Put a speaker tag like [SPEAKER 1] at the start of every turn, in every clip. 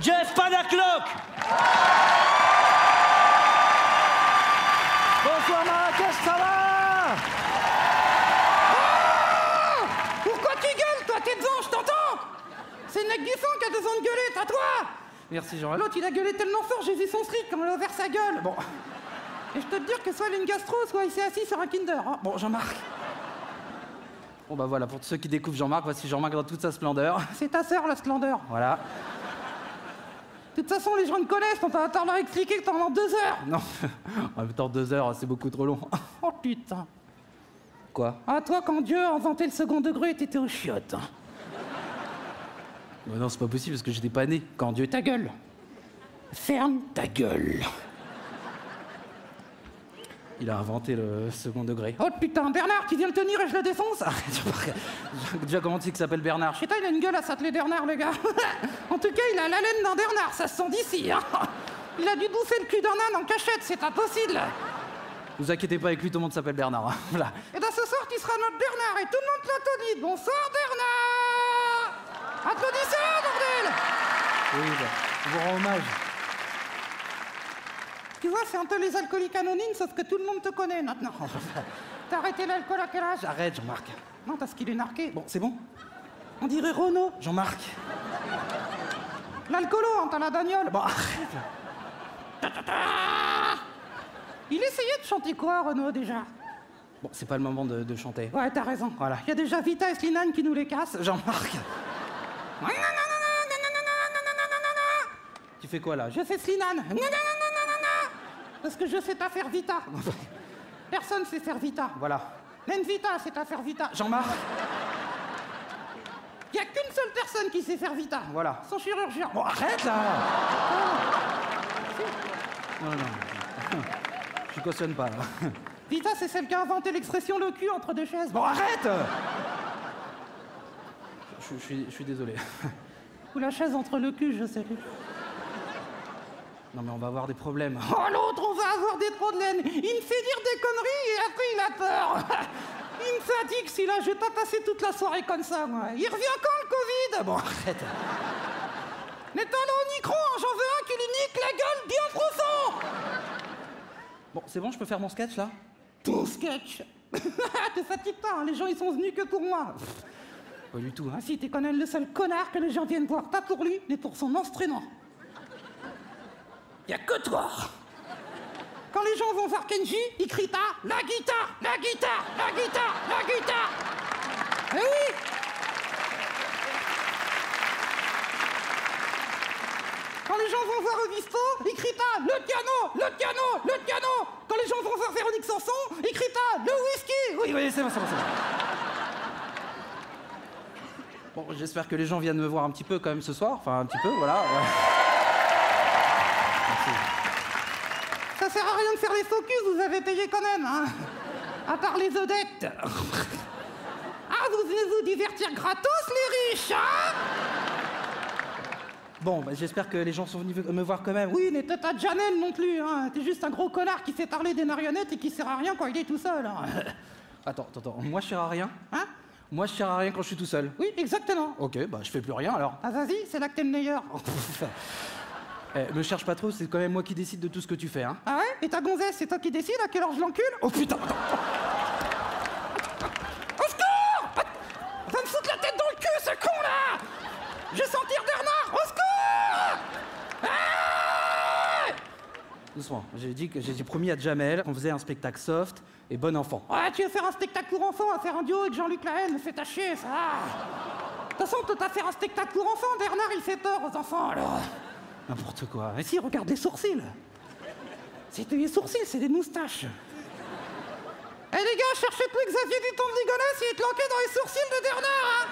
[SPEAKER 1] Jeff Panacloc Bonsoir Marrakech, ça va
[SPEAKER 2] Oh Pourquoi tu gueules, toi T'es devant, je t'entends C'est le mec du fond qui a besoin de gueuler, pas toi
[SPEAKER 1] Merci Jean.
[SPEAKER 2] L'autre, il a gueulé tellement fort, j'ai vu son slip comme elle a ouvert sa gueule. Bon. Et je peux te dire que soit il a une gastro, soit il s'est assis sur un Kinder. hein. Bon, Jean-Marc,
[SPEAKER 1] Bon bah voilà, pour ceux qui découvrent Jean-Marc, voici Jean-Marc dans toute sa splendeur.
[SPEAKER 2] c'est ta sœur, la splendeur.
[SPEAKER 1] Voilà.
[SPEAKER 2] De toute façon, les gens te connaissent, on va tard leur expliquer que t'en as en deux heures.
[SPEAKER 1] Non, en même temps deux heures, c'est beaucoup trop long.
[SPEAKER 2] Oh putain.
[SPEAKER 1] Quoi
[SPEAKER 2] Ah, toi, quand Dieu a inventé le second degré, t'étais au chiottes. hein.
[SPEAKER 1] Bah Non, c'est pas possible parce que j'étais pas né. Quand Dieu t'a
[SPEAKER 2] Ta gueule. Ferme ta gueule.
[SPEAKER 1] Il a inventé le second degré.
[SPEAKER 2] Oh putain, Bernard, tu viens le tenir et je le défonce
[SPEAKER 1] Déjà, comment tu sais que ça s'appelle Bernard
[SPEAKER 2] Putain, il a une gueule à s'atteler Bernard, le gars. en tout cas, il a l'haleine d'un Bernard, ça se sent d'ici. hein. Il a dû bouffer le cul d'un âne en cachette, c'est impossible.
[SPEAKER 1] Vous inquiétez pas avec lui, tout le monde s'appelle Bernard. hein. Voilà.
[SPEAKER 2] Et bien Eh ben, ce soir, tu seras notre Bernard et tout le monde t'applaudit. Bonsoir, Bernard Applaudissez, bordel
[SPEAKER 1] Oui, bah, je vous rends hommage.
[SPEAKER 2] Tu vois, c'est un peu les alcooliques anonymes, sauf que tout le monde te connaît maintenant. T'as arrêté l'alcool à quel âge
[SPEAKER 1] Arrête, Jean-Marc.
[SPEAKER 2] Non, parce qu'il est narqué. Bon,
[SPEAKER 1] Bon, c'est bon
[SPEAKER 2] on dirait Renault.
[SPEAKER 1] Jean-Marc
[SPEAKER 2] L'alcoolo, hein, t'as la dagnole.
[SPEAKER 1] Bon, arrête
[SPEAKER 2] Il essayait de chanter quoi, Renault, déjà
[SPEAKER 1] Bon, c'est pas le moment de, de chanter.
[SPEAKER 2] Ouais, t'as raison.
[SPEAKER 1] Voilà.
[SPEAKER 2] Il y a déjà Vita et Slinan qui nous les cassent.
[SPEAKER 1] Jean-Marc Tu fais quoi là Je-
[SPEAKER 2] Je fais Slinan. Parce que je sais pas faire Vita. Personne sait faire Vita.
[SPEAKER 1] Voilà.
[SPEAKER 2] Même Vita sait pas faire Vita.
[SPEAKER 1] Jean-Marc
[SPEAKER 2] Il y a qu'une seule personne qui sait faire Vita.
[SPEAKER 1] Voilà.
[SPEAKER 2] Son chirurgien. Ah.
[SPEAKER 1] Bon, arrête là Non, non, non. Je cautionne pas là.
[SPEAKER 2] Vita, c'est celle qui a inventé l'expression le cul entre deux chaises.
[SPEAKER 1] Bon, arrête je, je suis, je suis désolé.
[SPEAKER 2] Ou la chaise entre le cul, je sais plus.
[SPEAKER 1] Non, mais on va avoir des problèmes.
[SPEAKER 2] Oh l'autre, on va avoir des problèmes. Il me fait dire des conneries et après il a peur. Il me fatigue celui-là, je vais pas passer toute la soirée comme ça, moi. Il revient quand le Covid Bon, arrête. Mais pas le Omicron, hein, j'en veux un qui lui nique la gueule bien profond
[SPEAKER 1] Bon, c'est bon, je peux faire mon sketch là
[SPEAKER 2] Ton sketch Te fatigue pas, hein, les gens ils sont venus que pour moi.
[SPEAKER 1] Pas du tout, hein.
[SPEAKER 2] Ah si, t'es quand même le seul connard que les gens viennent voir, pas pour lui, mais pour son entraînant. Y a que toi Quand les gens vont voir Kenji, ils crient pas La guitare La guitare La guitare La guitare Eh oui Quand les gens vont voir Obispo, ils crient pas Le piano Le piano Le piano Quand les gens vont voir Véronique Sanson, ils crient pas Le whisky
[SPEAKER 1] Oui, oui, c'est bon, c'est bon, c'est bon. Bon, j'espère que les gens viennent me voir un petit peu quand même ce soir. Enfin, un petit peu, voilà. ouais.
[SPEAKER 2] Ça sert à rien de faire les focus, vous avez payé quand même, hein À part les odettes. Ah, vous venez vous divertir gratos, les riches, hein
[SPEAKER 1] Bon, bah, j'espère que les gens sont venus me voir quand même. Oui,
[SPEAKER 2] Oui, mais t'es pas Janel non plus, hein T'es juste un gros connard qui fait parler des marionnettes et qui sert à rien quand il est tout seul, hein
[SPEAKER 1] Attends, attends, attends. Moi, je sers à rien.
[SPEAKER 2] Hein
[SPEAKER 1] Moi, je sers à rien quand je suis tout seul.
[SPEAKER 2] Oui, exactement.
[SPEAKER 1] Ok, bah, je fais plus rien alors.
[SPEAKER 2] Ah, vas-y, c'est là que t'es le meilleur.
[SPEAKER 1] Eh, me cherche pas trop, c'est quand même moi qui décide de tout ce que tu fais, hein.
[SPEAKER 2] Ah ouais Et ta gonzesse, c'est toi qui décide à quelle heure je l'encule
[SPEAKER 1] Oh putain attends.
[SPEAKER 2] Au secours Va me foutre la tête dans le cul, ce con là Je vais sentir Bernard Au secours Ah
[SPEAKER 1] Doucement, j'ai dit que j'ai j'ai promis à Jamel qu'on faisait un spectacle soft et bon enfant.
[SPEAKER 2] Ouais, tu veux faire un spectacle pour enfants, à faire un duo avec Jean-Luc Lahaye, me fait tâcher, ça De toute façon, toi, t'as faire un spectacle pour enfants, Bernard, il fait peur aux enfants, alors
[SPEAKER 1] N'importe quoi.
[SPEAKER 2] Mais si, regarde les sourcils C'est les sourcils, c'est des moustaches Eh les gars, cherchez plus Xavier Dupont de Ligonnès, il est planqué dans les sourcils de Bernard, hein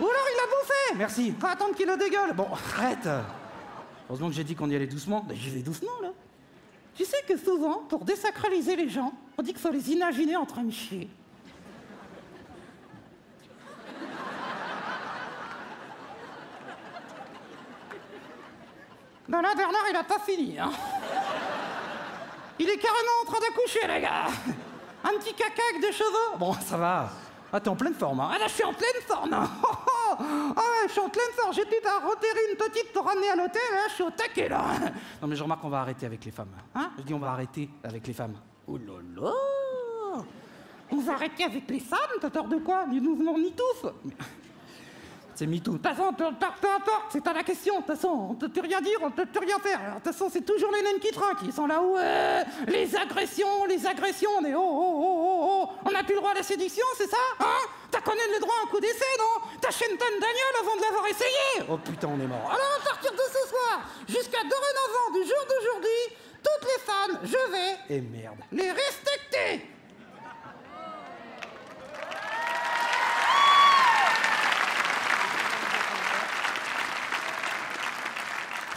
[SPEAKER 2] Ou alors il l'a bouffé
[SPEAKER 1] Merci.
[SPEAKER 2] Faut attendre qu'il le dégueule
[SPEAKER 1] Bon, arrête Heureusement que j'ai dit qu'on y allait doucement. Ben, J'y vais doucement, là.
[SPEAKER 2] Tu sais que souvent, pour désacraliser les gens, on dit qu'il faut les imaginer en train de chier. Ben là, Bernard, il a pas fini. hein. Il est carrément en train d'accoucher, les gars. Un petit caca avec des cheveux.
[SPEAKER 1] Bon, ça va. Ah, t'es en pleine forme, hein.
[SPEAKER 2] Ah là, je suis en pleine forme. hein. Oh, oh. Ah ouais, je suis en pleine forme. J'ai tout à retirer une petite pour ramener à l'hôtel. Là, je suis au taquet, là.
[SPEAKER 1] Non, mais je remarque qu'on va arrêter avec les femmes.
[SPEAKER 2] Hein
[SPEAKER 1] Je dis on va arrêter avec les femmes.
[SPEAKER 2] Oh là là On va arrêter avec les femmes T'as peur de quoi Ni nous venons ni tous Mais-
[SPEAKER 1] C'est MeToo.
[SPEAKER 2] De toute façon, peu importe, peu importe, c'est pas la question. De toute façon, on peut plus rien dire, on peut plus rien faire. Alors, De toute façon, c'est toujours les naines qui trinquent. Ils sont là où euh, les agressions, les agressions. On est oh oh oh oh oh. On n'a plus le droit à la séduction, c'est ça Hein T'as connu le droit à un coup d'essai, non T'as chaîne tonne d'agnole avant de l'avoir essayé
[SPEAKER 1] Oh putain, on est mort.
[SPEAKER 2] alors à partir de ce soir, jusqu'à dorénavant du jour d'aujourd'hui, toutes les femmes, je vais
[SPEAKER 1] Et merde.
[SPEAKER 2] les respecter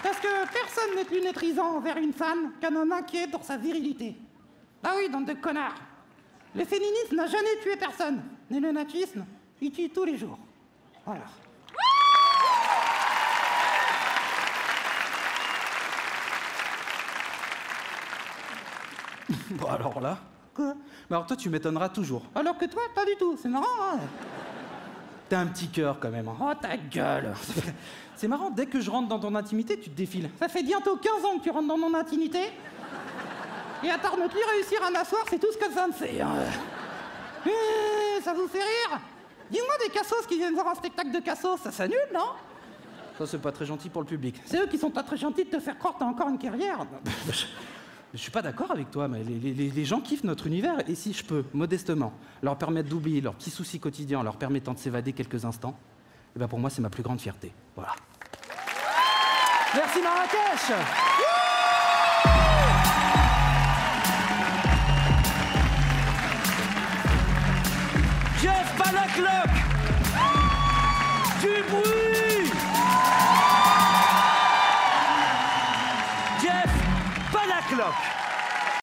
[SPEAKER 2] Parce que personne n'est plus maîtrisant envers une femme qu'un homme inquiet pour sa virilité. Ah oui, donc de connards. Le féminisme n'a jamais tué personne, mais le nazisme, il tue tous les jours. Voilà.
[SPEAKER 1] Bon, alors là.
[SPEAKER 2] Quoi
[SPEAKER 1] Mais alors toi, tu m'étonneras toujours.
[SPEAKER 2] Alors que toi, pas du tout, c'est marrant, hein
[SPEAKER 1] T'as un petit cœur quand même. hein.
[SPEAKER 2] Oh ta gueule
[SPEAKER 1] C'est marrant, dès que je rentre dans ton intimité, tu te défiles.
[SPEAKER 2] Ça fait bientôt 15 ans que tu rentres dans mon intimité. Et à part ne plus réussir à m'asseoir, c'est tout ce que ça me fait. hein. Euh, ça vous fait rire Dis-moi des cassos qui viennent voir un spectacle de cassos, ça s'annule, non
[SPEAKER 1] Ça, c'est pas très gentil pour le public.
[SPEAKER 2] C'est eux qui sont pas très gentils de te faire croire que t'as encore une carrière.
[SPEAKER 1] Je suis pas d'accord avec toi, mais les, les- les gens kiffent notre univers, et si je peux, modestement, leur permettre d'oublier leurs petits soucis quotidiens en leur permettant de s'évader quelques instants, eh ben pour moi, c'est ma plus grande fierté. Voilà. Merci Marrakech
[SPEAKER 3] Jeff Panacloc Du bruit Jeff Panacloc